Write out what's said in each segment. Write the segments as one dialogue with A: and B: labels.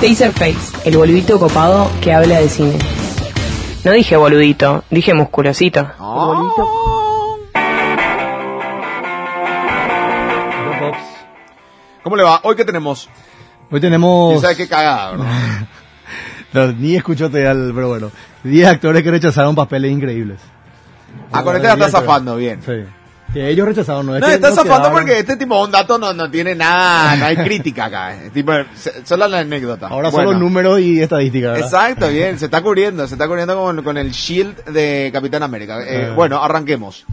A: Taserface, el boludito copado que habla de cine. No dije boludito, dije musculosito.
B: Ah. ¡Oh! ¿Cómo le va? Hoy que tenemos.
C: Hoy
B: ¿Quién
C: tenemos.
B: sabe qué cagada, ¿no?
C: No, ni escucho todavía, el- pero bueno. 10 actores que rechazaron papeles increíbles.
B: Ah, con este la está zafando bien.
C: Sí. Que ellos rechazaron, no es
B: No,
C: que
B: está
C: no
B: zafando
C: quedaron-
B: porque este tipo un dato no, no tiene nada, no hay crítica acá. eh. Tipo, se- solo la anécdota.
C: Ahora
B: Bueno.
C: solo números y estadísticas. ¿verdad?
B: Exacto, bien, se está cubriendo, se está cubriendo con, con el shield de Capitán América. Eh,
C: Ah.
B: Bueno, arranquemos.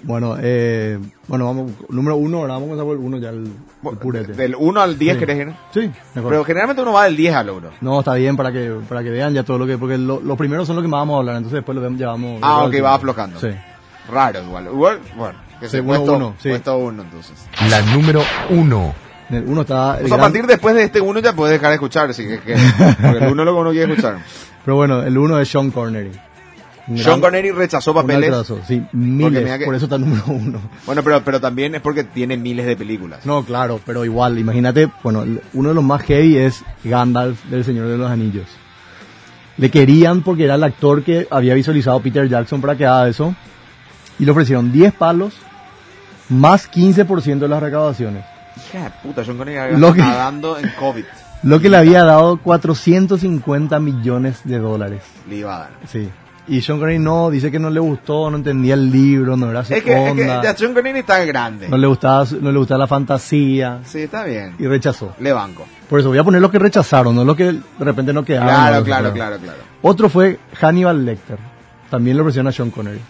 C: Bueno, eh, bueno, vamos. Número uno, ahora vamos a comenzar por el uno ya, el, el purete.
B: Del 1 al 10
C: Sí.
B: querés ir.
C: Sí, mejor.
B: Pero generalmente uno va del 10 al 1.
C: No, está bien para que, para que vean ya todo lo que. Porque lo- los primeros son los que más vamos a hablar, entonces después lo vemos, ya vamos.
B: Ah,
C: al
B: ok,
C: último.
B: va aflojando.
C: Sí.
B: Raro igual. Igual, bueno, que se
C: Sí, uno,
B: puesto
C: uno, sí.
B: puesto uno, entonces.
D: La número uno.
C: En el uno está. el
B: O sea, a
C: gran-
B: partir después de este 1 ya puedes dejar de escuchar, si que, que- porque el 1 lo que uno quiere escuchar.
C: Pero bueno, el uno es Sean Connery. Un gran-
B: Sean Connery rechazó
C: un
B: papeles.
C: altrazo, Sí, miles.
B: mira que-
C: Por eso está número uno.
B: Bueno, pero, pero también es porque tiene miles de películas.
C: No, claro, pero igual, imagínate, bueno, el- uno de los más heavy es Gandalf del Señor de los Anillos. Le querían porque era el actor que había visualizado Peter Jackson para que haga eso, y le ofrecieron 10 palos más 15% de las recaudaciones,
B: Hija de puta, Sean Connery
C: Lo que-
B: nadando en COVID.
C: lo que le había dado 450 millones de dólares.
B: Le iba a dar.
C: Sí. Y Sean Connery no, dice que no le gustó, no entendía el libro, no era su
B: Es que, es que
C: onda,
B: ya Sean Connery está grande.
C: no le gustaba, su- no le gustaba la fantasía,
B: Sí, está bien.
C: y rechazó.
B: Le banco.
C: Por eso voy a poner lo que rechazaron, no lo que de repente no quedaron.
B: Claro,
C: No,
B: claro,
C: pero-
B: claro, claro.
C: Otro fue Hannibal Lecter. También lo presiona Sean Connery.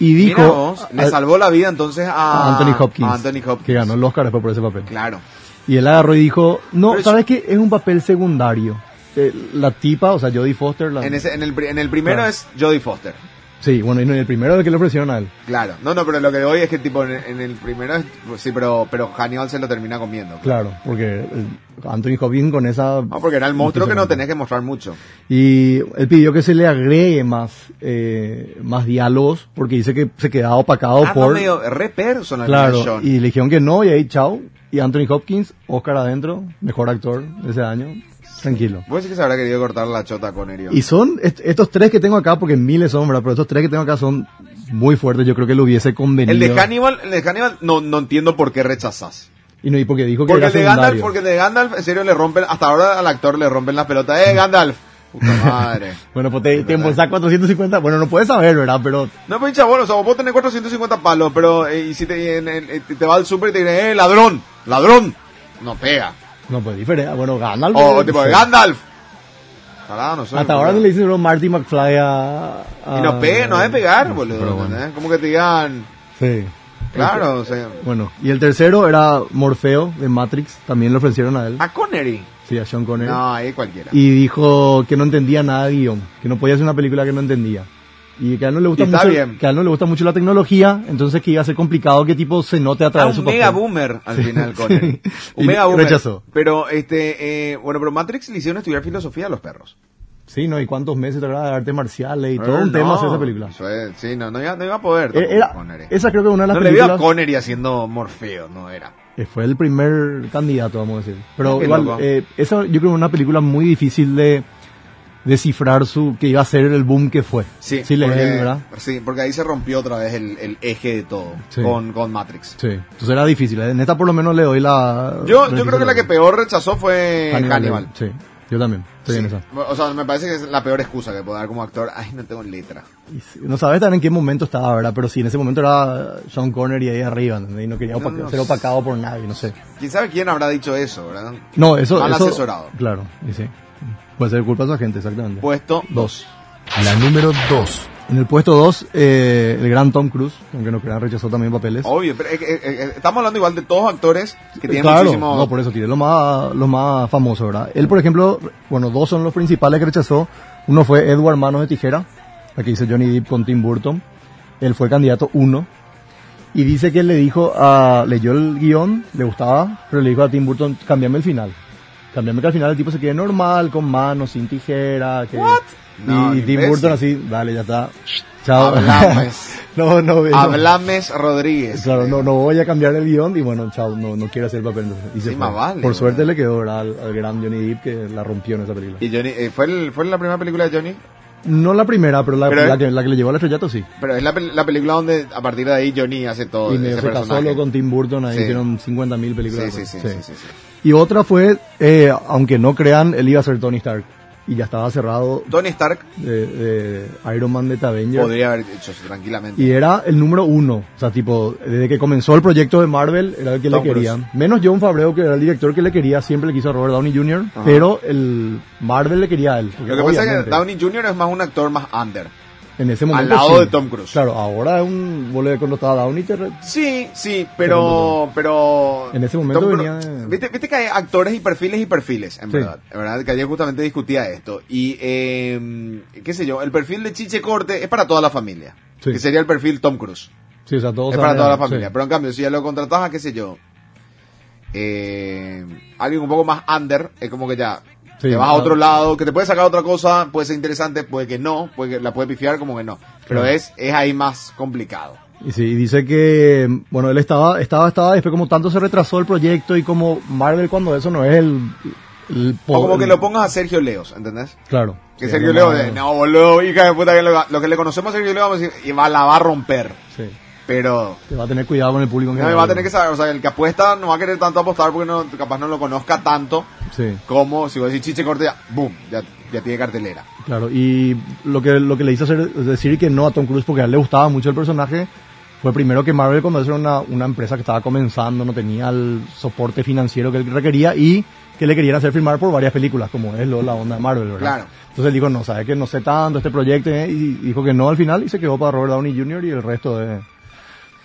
C: Y dijo
B: Mira vos, le
C: a-
B: salvó la vida entonces
C: a
B: a,
C: Anthony Hopkins,
B: a Anthony Hopkins.
C: que ganó el Oscar después por ese papel.
B: Claro.
C: Y él agarró y dijo, no,
B: Pero es-
C: ¿sabes qué? Es un papel secundario. Eh, La tipa, o sea, Jodie Foster. La...
B: En, ese, en, el, pri- en el primero
C: Claro.
B: es Jodie Foster.
C: Sí, bueno, y no, y el primero de que le ofrecieron a él.
B: Claro. No, no, pero lo que voy es que tipo en, en el primero es, pues, sí, pero, pero Hannibal se lo termina comiendo.
C: Claro, porque eh, Anthony Hopkins con esa...
B: No, porque era el monstruo que no tenés que mostrar mucho.
C: Y él pidió que se le agregue más, eh, más diálogos, porque dice que se quedaba opacado
B: Ah, no,
C: por...
B: medio re personal
C: Claro,
B: Sean.
C: y le dijeron que no, y ahí chao. Y Anthony Hopkins, Oscar adentro, mejor actor de ese año, tranquilo.
B: Vos decís que se habrá querido cortar la chota con Erion.
C: Y son est- estos tres que tengo acá, porque miles son, ¿verdad? Pero estos tres que tengo acá son muy fuertes, yo creo que le hubiese convenido.
B: El de Hannibal, el de Hannibal no, no entiendo por qué rechazás.
C: Y no, y porque dijo que
B: Porque el
C: era
B: de Gandalf,
C: secundario.
B: porque el de Gandalf, en serio le rompen, hasta ahora al actor le rompen las pelotas. ¡Eh, Gandalf! Puta madre.
C: Bueno, pues te, te embolsás 450, bueno, no puedes saber, ¿verdad? Pero
B: No, pinche abuelo, o sea, vos podés tener 450 palos, pero eh, y si te, y en- en- eh, te va al súper y te dice, ¡eh, ladrón! ¡Ladrón! No pega.
C: no, pues diferente. Bueno, Gandalf.
B: O, o
C: eh,
B: Oh, tipo,
C: sí.
B: ¡Gandalf! Pará, no soy
C: Hasta
B: un
C: ahora no
B: culo.
C: le dicen bro, Marty McFly a... a-
B: Y no pega, no es pegar, boludo.
C: Pero bueno,
B: ¿entendés? Como que te digan,
C: sí.
B: claro, o sea.
C: Bueno, y el tercero era Morfeo de Matrix, también le ofrecieron a él.
B: A Connery.
C: Sí, a Sean Connery.
B: Ah. No, ahí cualquiera.
C: Y dijo que no entendía nada de guión, que no podía hacer una película que no entendía. Y que a él no le gusta
B: Y está
C: mucho,
B: bien.
C: que a él no le gusta mucho la tecnología, entonces que iba a ser complicado que tipo se note a
B: Ah,
C: través de
B: un
C: su papel.
B: mega boomer al
C: Sí,
B: final,
C: sí.
B: Connery. Un
C: Y
B: mega boomer.
C: rechazó.
B: Pero, este, eh, bueno, pero Matrix le hicieron estudiar filosofía a los perros.
C: Sí, no, y cuántos meses te hablaba de artes marciales y
B: Eh,
C: todo
B: no.
C: un tema hacer esa película.
B: Eso es, sí, no, no iba, no iba a poder.
C: Eh,
B: tampoco
C: era-
B: Connery.
C: esa creo que es una de las
B: no le veo a
C: películas
B: Connery haciendo Morfeo, no era.
C: eh, fue el primer candidato, vamos a decir. Pero
B: Qué
C: igual,
B: loco.
C: eh, esa yo creo que es una película muy difícil de descifrar su que iba a ser el boom que fue.
B: Sí,
C: sí leer,
B: porque,
C: ¿verdad?
B: sí, porque ahí se rompió otra vez el, el eje de todo
C: Sí.
B: con, con Matrix.
C: Sí, entonces era difícil. En esta por lo menos le doy la...
B: Yo, yo creo que la que peor rechazó fue Hannibal.
C: Sí, yo también. Estoy en
B: Sí.
C: esa.
B: O sea, me parece que es la peor excusa que puedo dar como actor. Ay, no tengo letra.
C: Y sí, no sabes también en qué momento estaba, ¿verdad? Pero sí, en ese momento era John Connery ahí arriba, ¿entendés? Y no quería
B: No,
C: opaca-
B: no
C: ser
B: sé.
C: opacado por nadie, no sé.
B: ¿Quién sabe quién habrá dicho eso, verdad?
C: No, eso...
B: Mal
C: eso-
B: asesorado.
C: Claro, y sí. Puede ser culpa de esa gente, exactamente.
B: Puesto
C: dos.
D: La número dos.
C: En el puesto dos, eh, el gran Tom Cruise, que aunque no crean, rechazó también papeles.
B: Obvio, pero es que, eh, eh, estamos hablando igual de todos actores que tienen
C: claro,
B: muchísimo...
C: no, por eso tiré los más, los más famosos, ¿verdad? Él, por ejemplo, bueno, dos son los principales que rechazó. Uno fue Edward Manos de Tijera, la que hizo Johnny Depp con Tim Burton. Él fue candidato uno. Y dice que él le dijo a, leyó el guión, le gustaba, pero le dijo a Tim Burton, cambiame el final. Cambiame que al final el tipo se quede normal, con manos, sin tijera. Que...
B: No,
C: y
B: ni
C: Tim
B: imbécil.
C: Burton así, dale, ya está. Chao.
B: Hablames.
C: no, no, no.
B: Hablames Rodríguez.
C: Claro, no, no voy a cambiar el guión y bueno, chao, no, no quiero hacer el papel. entonces, y se
B: Sí,
C: fue.
B: más vale,
C: Por suerte
B: ¿verdad?
C: le quedó ¿verdad? al, al gran Johnny Depp que la rompió en esa película.
B: Y Johnny, eh, ¿fue, el- ¿Fue la primera película de Johnny?
C: No la primera, pero la,
B: Pero-
C: la que, la que le llevó al estrellato sí.
B: Pero es la, pel- la película donde a partir de ahí Johnny hace todo.
C: y medio
B: Oh, ese
C: se casó
B: personaje.
C: luego con Tim Burton, ahí
B: Sí.
C: hicieron 50.000
B: Sí,
C: películas.
B: sí,
C: después.
B: sí, sí, sí, sí.
C: Y otra fue, eh, aunque no crean, él iba a ser Tony Stark. Y ya estaba cerrado
B: Tony Stark
C: de, de Iron Man de Avengers.
B: podría haber hecho eso tranquilamente.
C: Y era el número uno. O sea, tipo, desde que comenzó el proyecto de Marvel, era el que
B: Tom
C: le
B: Cruise.
C: querían. Menos John Favreau, que era el director que le quería, siempre le quiso a Robert Downey Jr.,
B: Ajá.
C: pero el Marvel le quería a él. porque
B: Lo que pasa es que
C: obviamente,
B: Downey Jr. es más un actor más under.
C: en ese momento,
B: lado
C: sí.
B: de Tom Cruise.
C: Claro, ahora es un boludo cuando estaba Downey, te re-
B: Sí, sí, pero, pero...
C: En ese momento
B: Tom Cru-
C: venía de-
B: Viste, viste que hay actores y perfiles y perfiles, en
C: Sí.
B: verdad. En verdad, que ayer justamente discutía esto. Y, eh, qué sé yo, el perfil de Chiche Corte es para toda la familia.
C: Sí.
B: Que sería el perfil Tom Cruise.
C: sí, o sea, todos
B: es para
C: saben,
B: toda la
C: sí.
B: familia. Pero en cambio, si ya lo contratas a, qué sé yo, eh, alguien un poco más under, es como que ya...
C: Sí,
B: te vas a
C: claro.
B: otro lado, que te puede sacar otra cosa, puede ser interesante, puede que no, puede que la puede pifiar, como que no. Pero
C: Claro.
B: es, es ahí más complicado.
C: Y sí, y dice que, bueno, él estaba, estaba, estaba, después como tanto se retrasó el proyecto y como Marvel cuando eso no es el... el
B: O como
C: el-
B: que lo pongas a Sergio Leos, ¿entendés?
C: Claro.
B: Que
C: Sí,
B: Sergio
C: no,
B: Leo,
C: no,
B: de, no, boludo, hija de puta, que lo, lo que le conocemos a Sergio Leo, vamos a decir, y va, la va a romper.
C: Sí,
B: Pero
C: te va a tener cuidado con el público. en
B: no,
C: general.
B: va a tener que saber, o sea, el que apuesta no va a querer tanto apostar porque no, capaz no lo conozca tanto
C: Sí.
B: como si vos decís chiche corte, ya, boom, ya, ya tiene cartelera.
C: Claro, y lo que, lo que le hizo hacer, decir que no a Tom Cruise porque a él le gustaba mucho el personaje fue primero que Marvel cuando eso era una, una empresa que estaba comenzando, no tenía el soporte financiero que él requería y que le querían hacer filmar por varias películas, como es lo, la onda de Marvel, ¿verdad?
B: Claro.
C: Entonces él dijo, no, sabe que no sé tanto este proyecto, eh, y dijo que no al final y se quedó para Robert Downey Jr. y el resto de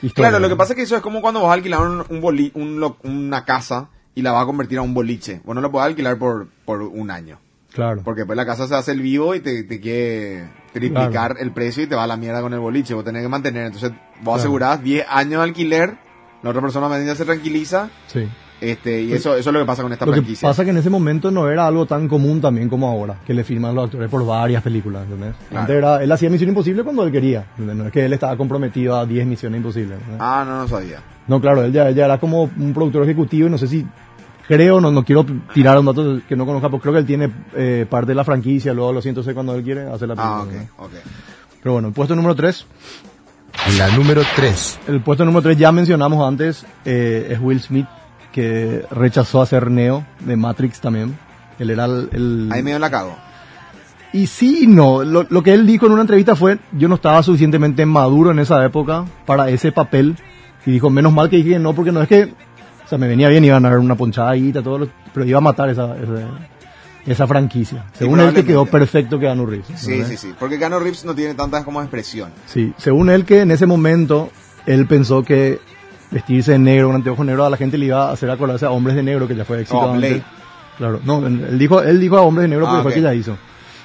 C: historia.
B: Claro, lo que pasa es que eso es como cuando vas a alquilar un, un boli- un lo- una casa y la vas a convertir a un boliche. Vos no la podés alquilar por, por un año.
C: Claro.
B: Porque después la casa se hace el vivo y te, te quiere triplicar
C: Claro.
B: el precio y te va a la mierda con el boliche. Vos tenés que mantener. Entonces, vos
C: Claro.
B: asegurás 10 años de alquiler, la otra persona media se tranquiliza.
C: Sí.
B: Este, y eso, eso es lo que pasa con esta
C: Lo que
B: franquicia.
C: pasa que en ese momento no era algo tan común también como ahora, que le firman los actores por varias películas, ¿entendés?
B: Claro.
C: Antes era, él hacía Misión Imposible cuando él quería, ¿entendés? No es que él estaba comprometido a 10 Misiones Imposibles. ¿entendés?
B: Ah, no, no sabía.
C: No, claro, él ya, ya era como un productor ejecutivo y no sé si, creo, no, no quiero tirar un dato que no conozca, porque creo que él tiene eh, parte de la franquicia, luego lo siento, sé cuando él quiere hacer la película.
B: Ah, ok,
C: ¿entendés?
B: ok.
C: Pero bueno, el puesto número 3,
D: La número 3.
C: el puesto número 3 ya mencionamos antes, eh, es Will Smith, que rechazó hacer Neo de Matrix también. Él era el... el-
B: Ahí medio la cago.
C: Y sí y no. Lo, lo que él dijo en una entrevista fue, yo no estaba suficientemente maduro en esa época para ese papel. Y dijo, menos mal que dije que no, porque no es que... O sea, me venía bien, iban a dar una ponchadita, todo lo- pero iba a matar esa, esa, esa franquicia. Según él, que quedó
B: probablemente.
C: perfecto que Keanu Reeves.
B: Sí,
C: ¿verdad?
B: sí, sí. Porque Cano Rips no tiene tantas como expresión.
C: Sí, según él que en ese momento él pensó que vestirse de negro, un anteojo negro a la gente le iba a hacer acordarse a Hombres de Negro que ya fue éxito.
B: Oh, Blade.
C: antes. Claro, no, él dijo, él dijo a Hombres de Negro porque
B: Ah, ok.
C: fue que ya hizo.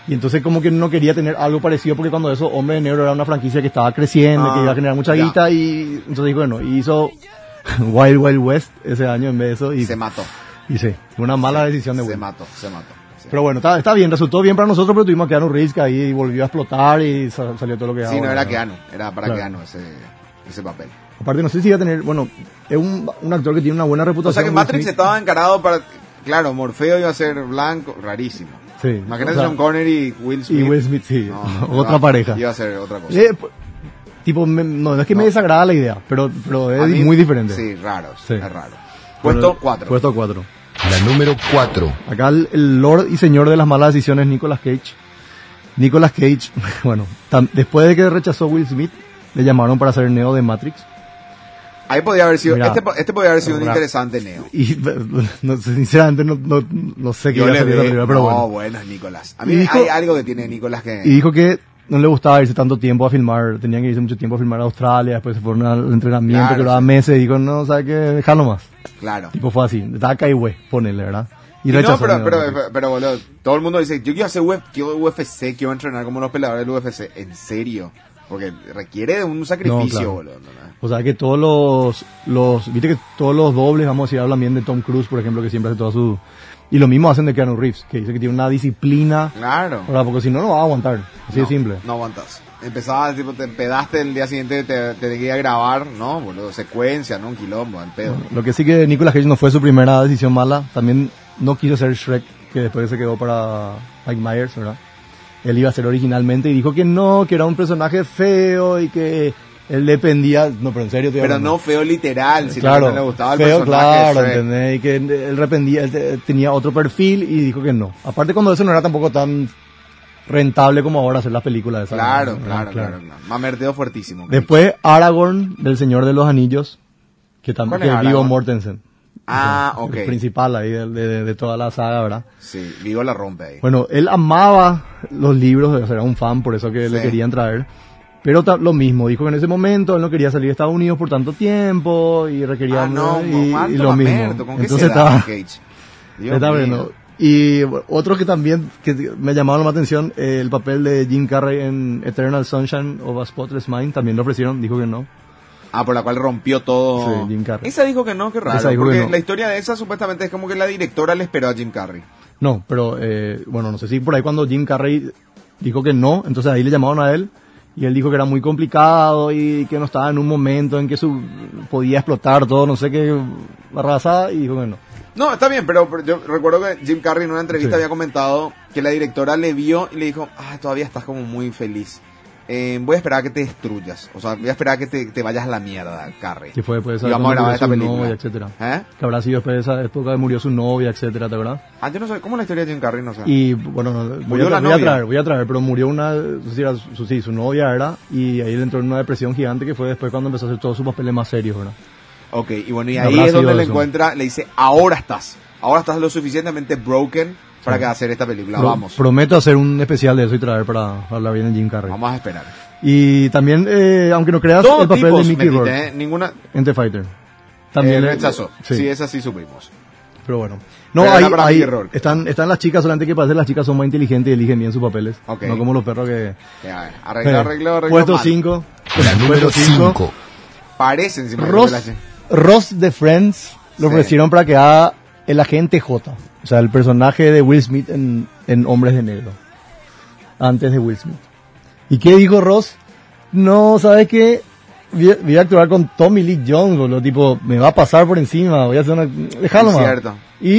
C: Y entonces como que no quería tener algo parecido porque cuando eso Hombres de Negro era una franquicia que estaba creciendo,
B: Ah,
C: que iba a generar mucha
B: ya.
C: guita y entonces dijo, bueno, y hizo Wild Wild West ese año en vez de eso y,
B: se mató.
C: y sí, fue una mala decisión de
B: Se
C: Will.
B: mató, se mató. Sí.
C: Pero bueno, está, está bien, resultó bien para nosotros, pero tuvimos a Keanu Reeves que ahí volvió a explotar y sa- salió todo lo que
B: sí, no
C: ahora,
B: era Keanu. Era para
C: Claro.
B: Keanu ese, ese papel.
C: Aparte, no sé si va a tener. Bueno, es un, un actor que tiene una buena reputación.
B: O sea que
C: Will
B: Matrix
C: Smith.
B: estaba encarado para. Claro, Morfeo iba a ser blanco, rarísimo.
C: Sí.
B: Imagínate
C: O sea,
B: John Connery y Will Smith.
C: Y Will Smith, sí.
B: No,
C: otra
B: no,
C: pareja.
B: Iba a ser otra cosa.
C: Eh, p- tipo, me- no, no es que me
B: No.
C: desagrada la idea, pero, pero es
B: A mí-
C: muy diferente.
B: Sí, raro.
C: Sí.
B: Es raro.
C: Pero-
B: Puesto 4.
C: Puesto 4.
D: La número 4.
C: Acá el, el Lord y Señor de las Malas Decisiones, Nicolas Cage. Nicolas Cage, bueno, tam- después de que rechazó Will Smith, le llamaron para hacer Neo de Matrix.
B: Ahí podía haber sido.
C: Mira.
B: este, po- este podía haber sido un
C: Mira.
B: interesante neo.
C: Y no, sé, sinceramente no, no, no sé qué
B: Yo
C: Este iba a
B: le veo.
C: salir de la película, pero
B: no,
C: bueno.
B: es Nicolás. A
C: Y
B: mí
C: dijo-
B: hay algo que tiene Nicolás que.
C: Y dijo que no le gustaba irse tanto tiempo a filmar, tenían que irse mucho tiempo a filmar a Australia, después se fueron al entrenamiento
B: Claro,
C: que duraba
B: sí.
C: meses, y dijo, no, ¿sabes qué? Dejarlo más.
B: claro.
C: Tipo fue así, Daca y güey, ponele, ¿verdad? Y,
B: Y
C: rechazó.
B: no, pero,
C: ¿no?
B: pero, pero, pero, boludo, todo el mundo dice, yo quiero hacer UFC, quiero UFC, quiero entrenar como los peleadores del UFC. En serio. Porque requiere de un sacrificio,
C: claro.
B: boludo. ¿no?
C: O sea que todos los, los, viste que todos los dobles, vamos a decir, hablan bien de Tom Cruise, por ejemplo, que siempre hace todas sus Y lo mismo hacen de Keanu Reeves, que dice que tiene una disciplina.
B: Claro.
C: ¿verdad? Porque si no, no va a aguantar. Así de
B: No,
C: simple.
B: No aguantas. Empezabas, tipo, te empedaste el día siguiente, te, te tenía que grabar, ¿no? Boludo, secuencia, ¿no? Un quilombo, al pedo.
C: Lo que sí que Nicolas Cage no fue su primera decisión mala. También no quiso ser Shrek, que después se quedó para Mike Myers, ¿verdad? Él iba a ser originalmente y dijo que no, que era un personaje feo y que él dependía. No, pero en serio, estoy
B: Pero
C: hablando.
B: no feo literal, si
C: claro,
B: no le gustaba el
C: feo,
B: personaje.
C: claro,
B: Shrek.
C: ¿entendés? Y que él, rependía, él te- tenía otro perfil y dijo que no. Aparte, cuando eso no era tampoco tan rentable como ahora hacer las películas de esa
B: Claro,
C: ¿verdad?
B: claro, claro, claro. Mamerteo fuertísimo.
C: Ah, Después, Aragorn, del Señor de los Anillos, que
B: ¿Cuál
C: también
B: es
C: que Viggo
B: Aragorn?
C: Mortensen.
B: Ah,
C: O sea,
B: ok.
C: El principal ahí de, de- de toda la saga, ¿verdad?
B: Sí, Vigo la rompe ahí.
C: Bueno, él amaba los libros, o sea, era un fan, por eso que le
B: Sí.
C: querían traer. Pero ta- lo mismo, dijo que en ese momento él no quería salir de Estados Unidos por tanto tiempo y requería...
B: ah, no,
C: y-
B: Mamerto,
C: y, lo
B: Mamerto,
C: mismo.
B: ¿con qué
C: Entonces
B: se da,
C: estaba...
B: Cage? Dios
C: Está
B: mío.
C: bueno. Y bueno, otro que también que me llamaron la atención, eh, el papel de Jim Carrey en Eternal Sunshine of a Spotless Mind, también lo ofrecieron, dijo que no.
B: Ah, por la cual rompió todo.
C: Sí, Jim Carrey.
B: Esa dijo que no, qué raro.
C: Esa dijo que
B: porque
C: no.
B: la historia de esa supuestamente es como que la directora le esperó a Jim Carrey.
C: No, pero eh, bueno, no sé si por ahí cuando Jim Carrey dijo que no, entonces ahí le llamaron a él y él dijo que era muy complicado y que no estaba en un momento en que su podía explotar todo, no sé qué barrasada y dijo que no.
B: No, está bien, pero pero yo recuerdo que Jim Carrey en una entrevista
C: Sí.
B: había comentado que la directora le vio y le dijo, ah, todavía estás como muy infeliz. Eh, voy a esperar a que te destruyas. O sea, voy a esperar a que te, te vayas a la mierda, Carrey.
C: Que fue después de
B: Y
C: esa
B: vamos a grabar
C: cuando murió
B: esta
C: su
B: película.
C: novia, etcétera.
B: ¿Eh?
C: Que habrá sido después de esa época que murió su novia, etcétera, ¿te acuerdas?
B: Ah, yo no sé, ¿cómo es la historia de Jim Carrey? No sé.
C: Y bueno, no, voy,
B: Murió
C: a,
B: la
C: tra- voy a
B: novia.
C: traer, voy a traer, pero murió una, no sé si era su, sí, su novia era, y ahí le entró en una depresión gigante que fue después cuando empezó a hacer todos sus papeles más serios, ¿verdad?
B: Ok, y bueno, y
C: No
B: ahí
C: habrá
B: es donde
C: sido
B: le
C: eso.
B: encuentra, le dice, ahora estás. Ahora estás lo suficientemente broken para que hacer esta película.
C: Pro-
B: vamos.
C: Prometo hacer un especial de eso y traer para hablar bien de Jim Carrey.
B: Vamos a esperar.
C: Y también, eh, aunque no creas,
B: Dos
C: el papel
B: tipos
C: de Mickey
B: metiste,
C: Rourke
B: ¿eh? Ninguna...
C: en The Fighter.
B: También
C: eh,
B: rechazo. Sí.
C: Sí,
B: esa sí supimos.
C: pero bueno. No,
B: Pero era
C: hay,
B: para
C: hay-
B: Mickey Rourke.
C: están, están las chicas, solamente que parece las chicas son más inteligentes y eligen bien sus papeles.
B: Ok.
C: No como los perros que...
B: Ya, a ver, arregló,
C: Eh,
B: arregló, arregló.
C: puesto
B: mal.
C: 5.
D: La número 5.
B: Parece encima de
C: Ross,
B: la clase.
C: Ross de Friends
B: Sí.
C: lo ofrecieron para que haga el agente J, o sea, el personaje de Will Smith en, en Hombres de Negro, antes de Will Smith. ¿Y qué dijo Ross? No, ¿sabes qué? Voy a, voy a actuar con Tommy Lee Jones, boludo, tipo, me va a pasar por encima, voy a hacer una... Déjalo
B: Es
C: más.
B: cierto.
C: Y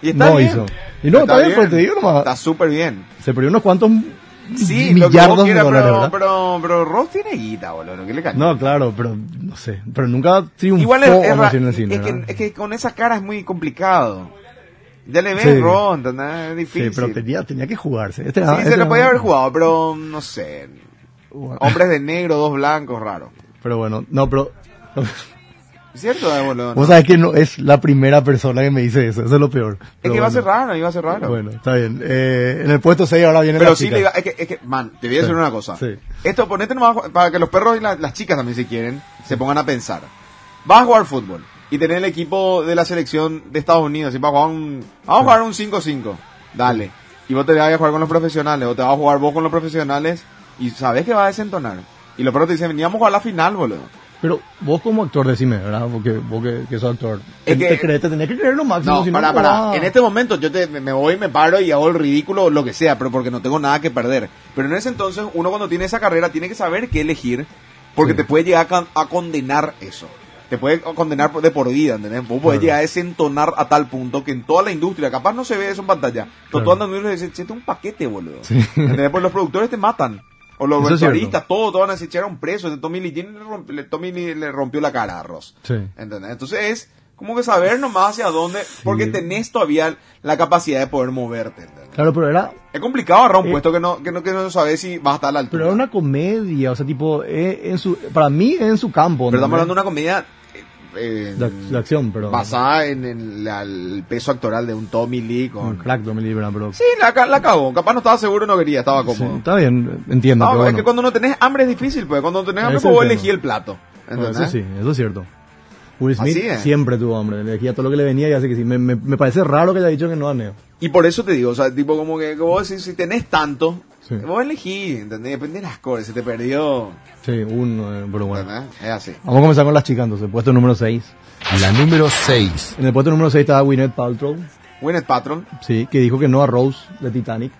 B: Y está
C: No
B: bien.
C: hizo. Y no, está bien, pero te digo nomás.
B: Está súper bien.
C: se perdió unos cuantos
B: Sí, lo que
C: millardos
B: vos quieras,
C: de dólares,
B: pero,
C: ¿verdad?
B: pero, pero Ross tiene guita, boludo. lo que le cae?
C: No, claro, pero no sé, pero nunca triunfó
B: Igual es, es
C: vamos a
B: ra-
C: decir, en el cine.
B: es que,
C: ¿verdad?
B: es que con esas caras es muy complicado. Ya le ves
C: Sí.
B: Ross, ¿entendés? Es difícil.
C: Sí, pero tenía, tenía que jugarse.
B: Sí,
C: Este era-
B: se
C: este
B: le
C: era-
B: podía haber jugado, pero no sé. Hombres de negro, dos blancos, raro.
C: Pero bueno, no, pero.
B: ¿Cierto, eh, boludo?
C: Vos sabés que no es la primera persona que me dice eso, eso es lo peor.
B: Es
C: Pero
B: que iba a
C: bueno.
B: ser raro, iba a ser raro.
C: Bueno, está bien. Eh, en el puesto 6 ahora viene
B: Pero
C: la
B: sí
C: chica.
B: le iba, es que, es que, man, te voy a decir
C: Sí,
B: una cosa.
C: sí.
B: Esto ponete nomás para que los perros y la- las chicas también si quieren se pongan a pensar. Vas a jugar fútbol y tener el equipo de la selección de Estados Unidos y vas a jugar un vamos a jugar un 5-5. Dale. Y vos te vas a jugar con los profesionales o te vas a jugar vos con los profesionales y sabes que vas a desentonar. Y los perros te dicen, veníamos a jugar la final, boludo.
C: Pero vos como actor decime, ¿verdad? Porque vos que, que sos actor.
B: Es
C: te,
B: que-
C: te crees, te tenés que creer lo máximo.
B: No,
C: si
B: para,
C: no,
B: para.
C: ah.
B: En este momento yo te, me voy, me paro y hago el ridículo, lo que sea, pero porque no tengo nada que perder. Pero en ese entonces, uno cuando tiene esa carrera tiene que saber qué elegir, porque
C: Sí.
B: te puede llegar a, con- a condenar eso. Te puede condenar de por vida, ¿entendés? Vos podés
C: Claro.
B: llegar a desentonar a tal punto que en toda la industria, capaz no se ve eso en pantalla, pero
C: Claro.
B: toda la industria dice, chete un paquete, boludo.
C: Sí.
B: ¿Entendés? Pues los productores te matan. O los
C: Eso es cierto.
B: vestuaristas, todos, todos van a se echaron presos. Tommy Lee, Jane le romp- le- Tommy Lee le rompió la cara a Ross.
C: Sí.
B: ¿Entendés? Entonces es como que saber nomás hacia dónde, porque tenés todavía la capacidad de poder moverte. ¿entendés?
C: Claro, pero era,
B: Es complicado agarrar un
C: Eh,
B: puesto que no, que no, que no sabes si vas a estar a la altura.
C: pero era una comedia, o sea, tipo, eh, en su, para mí en su campo.
B: Pero estamos
C: ¿entendés?
B: hablando de una comedia eh, eh,
C: De ac- de acción, pero-
B: basada en, en la- el peso actoral de un Tommy Lee con...
C: Un crack, Tommy Lee, ¿verdad? Pero-
B: Sí, la, ca- la cagó. Capaz no estaba seguro, no quería, estaba
C: Sí,
B: cómodo.
C: está bien, entiendo.
B: No,
C: pero
B: es
C: bueno.
B: que cuando no tenés hambre es difícil, pues cuando tenés hambre
C: Ese
B: pues vos
C: es el
B: elegís
C: tema.
B: el plato.
C: Bueno,
B: ¿Entendés?
C: eso sí, eso es cierto. Will Smith
B: Así es.
C: siempre tuvo hambre, le decía todo lo que le venía y así que sí. Me, me, me parece raro que haya dicho que no a Neo.
B: Y por eso te digo, o sea, tipo como que, que vos si, si tenés tanto,
C: Sí.
B: vos elegís, ¿entendés? Depende de las cores, se te perdió,
C: Sí, uno, eh, pero bueno.
B: ¿verdad? Es así.
C: Vamos a comenzar con las chicas entonces, puesto número 6.
D: La número 6.
C: En el puesto número 6 está Gwyneth Paltrow,
B: Gwyneth Patron.
C: Sí, que dijo que no a Rose de Titanic.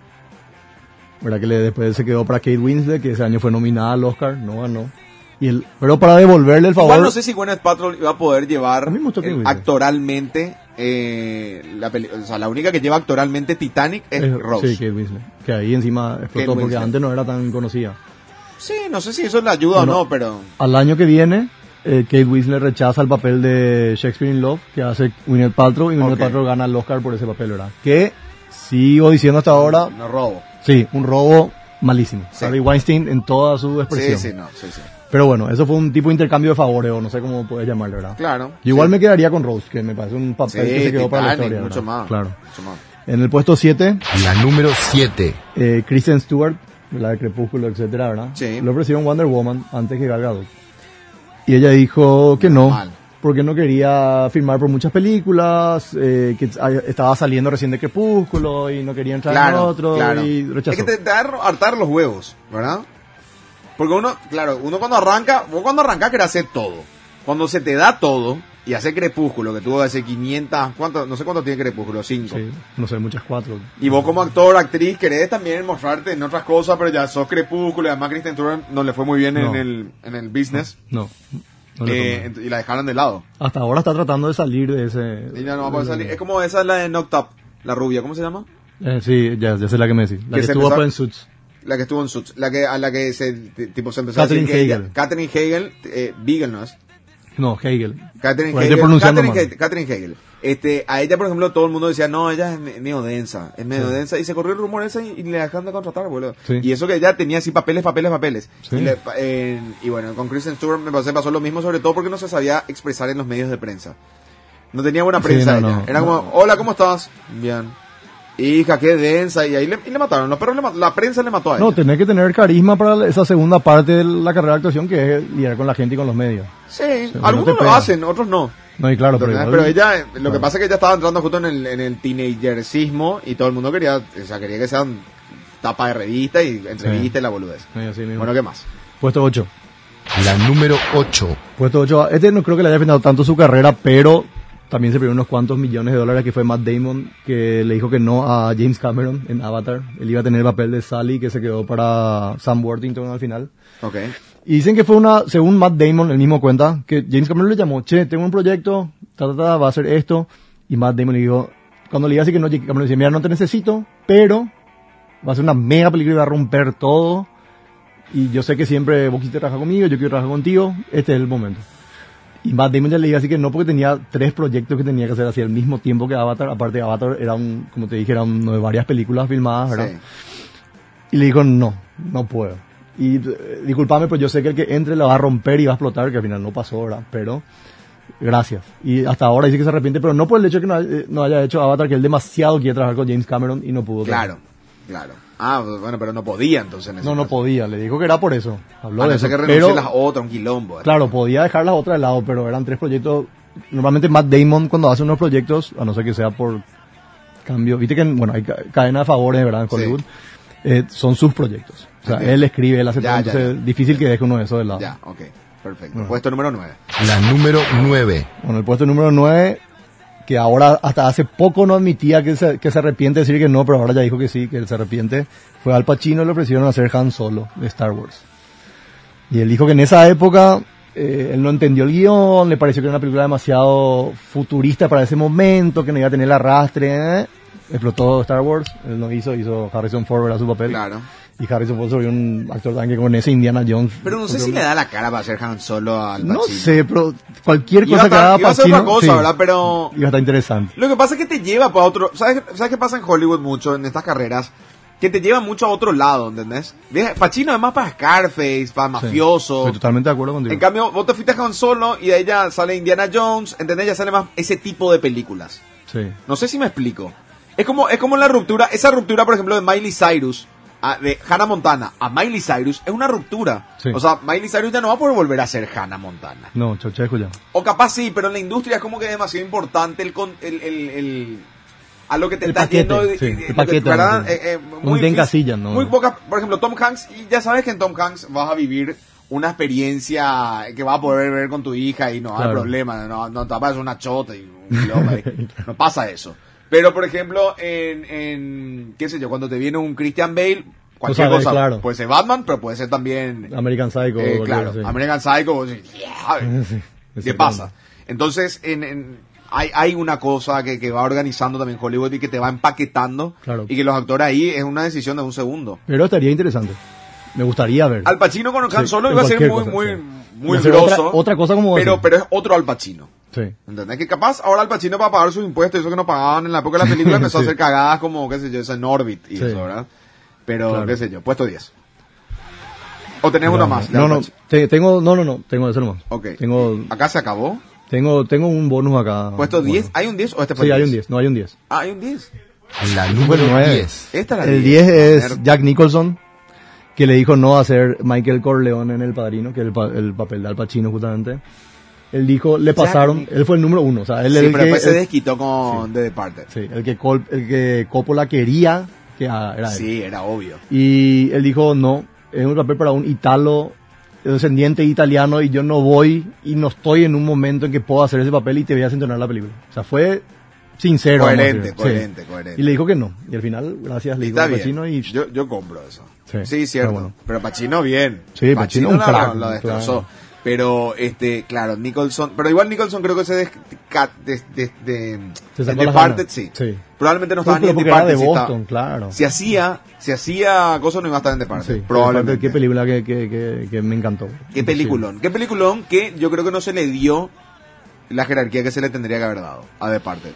C: ¿Verdad? Que le, después se quedó para Kate Winslet, que ese año fue nominada al Oscar, no ganó. Y el, pero para devolverle el favor.
B: Igual no sé si Gwyneth Paltrow va a poder llevar
C: A mí me gustó que
B: eh,
C: lo hizo.
B: actoralmente eh, la peli- o sea, la única que lleva actoralmente Titanic es
C: eh,
B: Rose.
C: Sí, Kate Winslet. Que ahí encima
B: Kate
C: explotó porque
B: Winslet.
C: antes no era tan conocida.
B: Sí, no sé si eso le ayuda
C: No,
B: o
C: no.
B: no, pero
C: Al año que viene, eh, Kate Winslet rechaza el papel de Shakespeare in Love que hace Gwyneth Paltrow y Gwyneth
B: Ok.
C: Paltrow gana el Oscar por ese papel, ¿verdad? Que sigo diciendo hasta ahora,
B: no robo.
C: sí, un robo malísimo.
B: Sí.
C: Harry Weinstein en toda su
B: Sí,
C: expresión.
B: sí, no, sí, sí.
C: Pero bueno, eso fue un tipo de intercambio de favores o no sé cómo puedes llamarlo, ¿verdad?
B: Claro.
C: Yo igual
B: sí.
C: me quedaría con Rose, que me parece un papel que
B: Sí,
C: se quedó para la
B: Titanic,
C: historia.
B: mucho
C: ¿verdad?
B: más.
C: Claro.
B: Mucho más.
C: En el puesto 7,
D: La número 7.
C: eh, Kristen Stewart, la de Crepúsculo, etcétera, ¿verdad?
B: Sí.
C: Le ofrecieron Wonder Woman antes que Gal Gadot. Y ella dijo que no,
B: Mal.
C: porque no quería firmar por muchas películas, eh, que ah, estaba saliendo recién de Crepúsculo y no quería entrar en
B: Claro,
C: otro
B: claro.
C: y rechazó.
B: Es que te, te da ro- hartar los huevos, ¿verdad? Porque uno, claro, uno cuando arranca, vos cuando arrancas querés hacer todo. Cuando se te da todo y hace crepúsculo, que tuvo hace 500, ¿cuánto? no sé cuánto tiene crepúsculo, 5.
C: Sí, no sé, muchas cuatro.
B: Y vos como actor, actriz, querés también mostrarte en otras cosas, pero ya sos crepúsculo, y además Kristen Stewart no le fue muy bien en,
C: No.
B: el, en el business.
C: No. no le
B: eh,
C: tomé.
B: ent- y la dejaron de lado.
C: Hasta ahora está tratando de salir de ese...
B: Y ya no va a poder salir. Es como esa es la de Knocked Up, la rubia, ¿cómo se llama?
C: Eh, sí, ya, ya sé la que me decís. La
B: Que
C: que,
B: se
C: estuvo
B: empezó-
C: pero en Suits.
B: La que estuvo en Suits, la que, a la que se, t- tipo, se empezó a
C: Catherine
B: decir que
C: Hegel.
B: ella- Catherine Hegel, eh, Beagle no es.
C: No, Hegel.
B: Catherine
C: Por ahí
B: Hegel,
C: estoy pronunciando
B: Catherine
C: mal.
B: Hegel, Catherine Hegel. Este, a ella, por ejemplo, todo el mundo decía, no, ella es me- medio densa, es medio densa, y se corrió el rumor ese y, y le dejaron de contratar, boludo.
C: Sí.
B: Y eso que ella tenía así papeles, papeles, papeles.
C: Sí.
B: Y, le- pa- en- y bueno, con Kristen Stewart me pasó, pasó lo mismo, sobre todo porque no se sabía expresar en los medios de prensa. No tenía buena
C: Sí,
B: prensa
C: no,
B: ella.
C: no.
B: Era como, hola, ¿cómo estás? Bien. Hija, qué densa. Y ahí le, y le mataron. Los perros le mat- la prensa le mató a ella.
C: No, tenés que tener carisma para la- esa segunda parte de la carrera de actuación que es lidiar con la gente y con los medios.
B: sí,
C: no
B: algunos
C: te
B: lo
C: pega.
B: hacen, otros no.
C: No, y claro, pero,
B: Pero,
C: igual-
B: ella, eh, lo que
C: Claro.
B: pasa es que ella estaba entrando justo en el, en el teenagercismo y todo el mundo quería, o sea, quería que sean tapa de revista y entrevista y la boludez.
C: Sí, así mismo.
B: Bueno, ¿qué más?
C: Puesto 8.
D: La número 8.
C: Puesto 8. Este no creo que le haya afectado tanto su carrera, pero también se perdió unos cuantos millones de dólares que fue Matt Damon, que le dijo que no a James Cameron en Avatar. Él iba a tener el papel de Sally, que se quedó para Sam Worthington al final.
B: Ok.
C: Y dicen que fue una, según Matt Damon, el mismo cuenta, que James Cameron le llamó, che, tengo un proyecto, ta, ta, ta, va a hacer esto. Y Matt Damon le dijo, cuando le diga así que no, James Cameron le dice, mira, no te necesito, pero va a ser una mega película y va a romper todo. Y yo sé que siempre vos quisiste trabajar conmigo, yo quiero trabajar contigo, este es el momento. Y Matt Damon ya le dijo así que no, porque tenía tres proyectos que tenía que hacer así al mismo tiempo que Avatar. Aparte, Avatar era un, como te dije, era uno de varias películas filmadas, ¿verdad?
B: Sí.
C: Y le dijo, no, no puedo. Y eh, disculpame, pero yo sé que el que entre la va a romper y va a explotar, que al final no pasó, ¿verdad? Pero gracias. Y hasta ahora dice que se arrepiente, pero no por el hecho de que no, ha- eh, no haya hecho Avatar, que él demasiado quiere trabajar con James Cameron y no pudo.
B: Claro, claro. Ah, bueno, pero no podía entonces en ese
C: No, no
B: caso.
C: podía. Le dijo que era por eso. Habló
B: A
C: de
B: no
C: eso.
B: ser que renuncie
C: Pero,
B: las otras, un quilombo. eh. ¿verdad?
C: claro, podía dejar las otras de lado, pero eran tres proyectos. Normalmente Matt Damon cuando hace unos proyectos, a no ser que sea por cambio, viste que, bueno, hay ca- cadena de favores, ¿verdad? En
B: Sí.
C: Hollywood. Eh, son sus proyectos. O sea,
B: Entiendo.
C: él escribe, él hace
B: Ya,
C: todo,
B: ya,
C: entonces es difícil que deje uno de esos de lado.
B: Ya, ok. Perfecto. Puesto número 9.
D: La número 9.
C: Bueno, el puesto número 9, que ahora hasta hace poco no admitía que se, que se arrepiente de decir que no, pero ahora ya dijo que sí, que él se arrepiente, fue Al Pacino y le ofrecieron hacer Han Solo de Star Wars. Y él dijo que en esa época eh, él no entendió el guión, le pareció que era una película demasiado futurista para ese momento, que no iba a tener el arrastre. ¿eh? Explotó Star Wars, él no hizo, hizo Harrison Ford era su papel.
B: Claro.
C: Y Harrison Ford se volvió un actor tan que con ese Indiana Jones.
B: Pero no sé si le da la cara para hacer Han Solo al
C: No
B: Pacino.
C: sé, pero cualquier
B: Iba a,
C: cosa que haga
B: estar- iba a ser otra
C: Pacino,
B: cosa,
C: sí.
B: ¿verdad? Pero...
C: Iba a estar interesante.
B: Lo que pasa es que te lleva para otro. ¿sabes, ¿Sabes qué pasa en Hollywood mucho, en estas carreras? Que te lleva mucho a otro lado, ¿entendés? Deja- Pacino es más para Scarface, para
C: Sí.
B: mafioso.
C: Estoy totalmente de acuerdo contigo.
B: En cambio, vos te fuiste a Han Solo y de ahí ya sale Indiana Jones, ¿entendés? Ya sale más ese tipo de películas.
C: sí.
B: No sé si me explico. Es como, es como la ruptura, esa ruptura, por ejemplo, de Miley Cyrus, a- de Hannah Montana a Miley Cyrus, es una ruptura.
C: Sí.
B: O sea, Miley Cyrus ya no va a poder volver a ser Hannah Montana.
C: No, Chochejo ya.
B: O capaz sí, pero en la industria es como que es demasiado importante el, con- el, el, el- a lo que te
C: El
B: estás
C: paquete,
B: yendo. de-
C: sí,
B: de-
C: el
B: de-
C: paquete,
B: ¿verdad?
C: sí.
B: Eh, eh,
C: Un
B: muy
C: te
B: difícil.
C: encasillan, ¿no?
B: Muy pocas, por ejemplo, Tom Hanks, y ya sabes que en Tom Hanks vas a vivir una experiencia que vas a poder ver con tu hija y no hay
C: Claro.
B: problema, no, no te vas a hacer una chota y un quilombo ahí. no pasa eso. Pero, por ejemplo, en, en, qué sé yo, cuando te viene un Christian Bale, cualquier
C: Cosa de-
B: cosa,
C: claro.
B: puede ser Batman, pero puede ser también,
C: American Psycho.
B: eh,
C: o
B: claro,
C: algo así.
B: American Psycho, vos decís, "Yeah",
C: Sí,
B: ¿qué
C: exactamente.
B: pasa? Entonces, en, en- hay, hay una cosa que, que va organizando también Hollywood y que te va empaquetando,
C: Claro.
B: y que los actores ahí es una decisión de un segundo.
C: Pero estaría interesante. Me gustaría ver.
B: Al Pacino con Han
C: Sí,
B: Solo
C: en
B: iba a ser muy,
C: cualquier cosa,
B: muy,
C: sí.
B: muy
C: Iba a ser otra-
B: grosso,
C: otra cosa como
B: pero,
C: así.
B: pero es otro Al Pacino.
C: Sí.
B: ¿Entendés? Que capaz ahora Al Pacino para pagar sus impuestos, eso que no pagaban en la época de la película, empezó a
C: Sí.
B: hacer cagadas como, qué sé yo, esa en Orbit y
C: Sí.
B: eso, ¿verdad? Pero,
C: Claro.
B: qué sé yo, puesto 10. O tenés una más. de
C: No,
B: Al
C: no,
B: Pacino.
C: te- tengo, no, no, no, tengo eso nomás.
B: Ok.
C: Tengo,
B: Acá se acabó.
C: tengo, tengo un bonus acá.
B: Puesto
C: Bueno.
B: 10. ¿Hay un 10 o este fue
C: Sí,
B: el
C: hay
B: 10?
C: un 10, no hay un 10.
B: Ah, hay un 10.
D: La número
C: nueve.
D: 10.
B: Esta es la
C: El 10 es Jack Nicholson, que le dijo no a ser Michael Corleone en El Padrino, que es el, pa- el papel de Al Pacino justamente. Él dijo, le pasaron,
B: Nic-
C: él fue el número uno, o sea, él
B: Sí,
C: es el
B: pero
C: que,
B: después se
C: el-
B: desquitó con The Departed.
C: sí, el que Col- el que Coppola quería que ah, era él.
B: Sí, era obvio.
C: Y él dijo, no, es un papel para un italo, descendiente italiano, y yo no voy y no estoy en un momento en que puedo hacer ese papel y te voy a centenar la película. O sea, fue sincero. vamos a
B: Coherente,
C: decir.
B: coherente, coherente.
C: Y le dijo que no. Y al final, gracias, le dijo
B: Está
C: a
B: bien.
C: Pacino y...
B: yo, yo compro eso. Sí,
C: Sí,
B: cierto.
C: está bueno.
B: Pero Pacino bien.
C: Sí, Pacino un
B: la-
C: crack,
B: la,
C: un
B: destrozó.
C: crack.
B: Pero, este, claro, Nicholson. Pero igual Nicholson creo que se. Des, ca- des- des- de-
C: Se sacó
B: en The
C: las
B: Parted,
C: ganas.
B: sí.
C: Sí.
B: Probablemente no
C: Fue
B: estaba ni en The
C: porque era
B: Parted.
C: de
B: si estaba-
C: Boston, claro.
B: Si hacía, si hacía cosas no iba a estar en The Parted.
C: Sí,
B: probablemente.
C: Qué película que, que, que, que me encantó.
B: Qué peliculón. Qué peliculón que yo creo que no se le dio la jerarquía que se le tendría que haber dado a The Parted.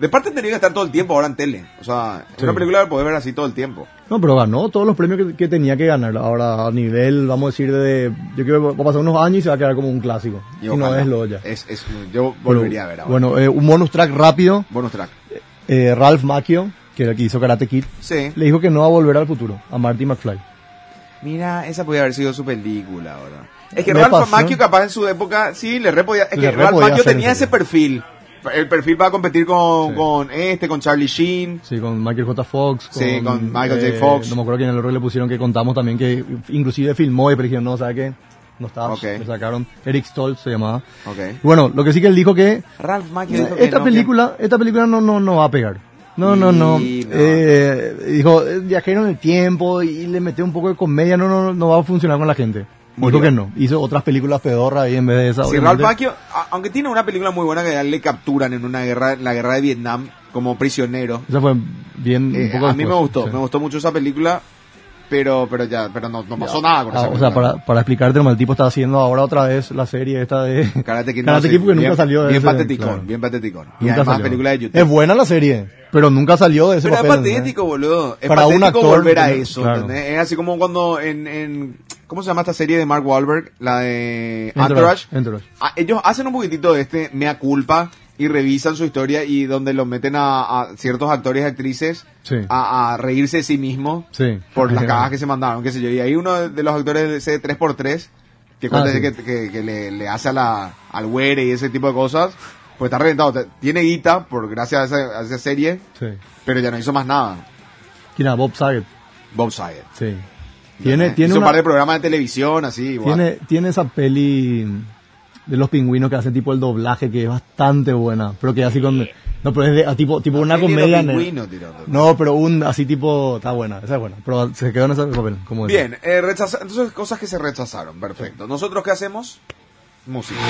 B: The Parted tenía que estar todo el tiempo ahora en tele. O sea, es
C: Sí.
B: una película que podés ver así todo el tiempo.
C: No, pero ganó todos los premios que, que tenía que ganar. Ahora, a nivel, vamos a decir, de... Yo creo que va a pasar unos años y se va a quedar como un clásico.
B: Y
C: si no
B: ojalá.
C: es lo ya.
B: Es, es- yo volvería a ver ahora.
C: Bueno, eh, un bonus track rápido.
B: Bonus track.
C: eh, Ralph Macchio, que era el que hizo Karate Kid,
B: Sí.
C: le dijo que no va a volver al futuro, a Marty McFly.
B: Mira, esa podía haber sido su película ahora. Es que
C: Me
B: Ralph
C: pasó.
B: Macchio capaz en su época, sí, le re podía... Es
C: Le
B: que
C: re
B: Ralph
C: podía
B: Macchio
C: hacer
B: tenía
C: ese
B: ese perfil. El perfil para competir con,
C: Sí.
B: con este, con Charlie Sheen.
C: Sí, con Michael J. Fox. eh,
B: Sí, con Michael J. Fox.
C: No me acuerdo quién en el rol le pusieron que contamos también que inclusive filmó y pero dijeron, no, ¿sabes qué? No estaba,
B: Ok.
C: le sacaron. Eric Stoltz se llamaba.
B: Ok.
C: Bueno, lo que sí que él dijo que
B: Ralph Macchio dijo que
C: esta
B: no,
C: película, esta película no, no, no va a pegar. No, no, no.
B: Y no.
C: Eh, dijo, eh, viajero en el tiempo y le metió un poco de comedia. No, no, no, no va a funcionar con la gente.
B: Murió.
C: Dijo que no. Hizo otras películas pedorras ahí en vez de esa.
B: Sí, Ralph
C: obviamente.
B: Macchio, a- aunque tiene una película muy buena que a él le capturan en una guerra, en la guerra de Vietnam como prisionero.
C: Esa fue bien.
B: Eh,
C: un poco
B: a mí me
C: después,
B: gustó,
C: sí.
B: me gustó mucho esa película, pero pero ya, pero no, no pasó nada con esa
C: Ah, o sea,
B: película.
C: para, para explicarte, como el tipo está haciendo ahora otra vez la serie esta de
B: Karate Kid, no,
C: Karate
B: sí,
C: Kid, porque
B: bien-
C: nunca salió de
B: Bien
C: ese-
B: pateticón,
C: claro.
B: bien pateticón. Y
C: Nunca
B: además
C: salió.
B: película de YouTube.
C: Es buena la serie, pero nunca salió de ese
B: pero es
C: papel. ¿entendés?
B: patético, boludo. Es
C: Para un
B: patético
C: actor,
B: volver a
C: ¿entendés?
B: eso,
C: Claro.
B: ¿entendés? Es así como cuando en, en... ¿Cómo se llama esta serie de Mark Wahlberg? La de Entourage.
C: Entourage, Entourage.
B: Ah, ellos hacen un poquitito de este mea culpa y revisan su historia y donde lo meten a, a ciertos actores y actrices
C: Sí.
B: a, a reírse de sí mismos
C: Sí.
B: por las cagadas que se mandaron, qué sé yo. Y hay uno de los actores de ese 3x3 que, cuenta
C: Ah, sí.
B: que, que- que le, le hace a la, al güere y ese tipo de cosas, pues está reventado. Te- Tiene guita por gracias a esa, a esa serie,
C: Sí.
B: pero ya no hizo más nada.
C: ¿Quién era? Bob Saget.
B: Bob Saget.
C: Sí. Tiene,
B: ¿Eh?
C: tiene,
B: hizo
C: una-
B: un par de programas de televisión, así. guau.
C: tiene, tiene esa peli de los pingüinos que hace tipo el doblaje que es bastante buena, pero que así con. No, pero es de, a tipo, tipo una
B: Tiene los
C: comedia. en el-
B: pingüinos, tirando.
C: No, pero un así tipo. Está buena, esa es buena. Pero se quedó en ese papel. Como ese.
B: Bien, eh, rechaza- entonces cosas que se rechazaron, perfecto. ¿Nosotros qué hacemos? Música.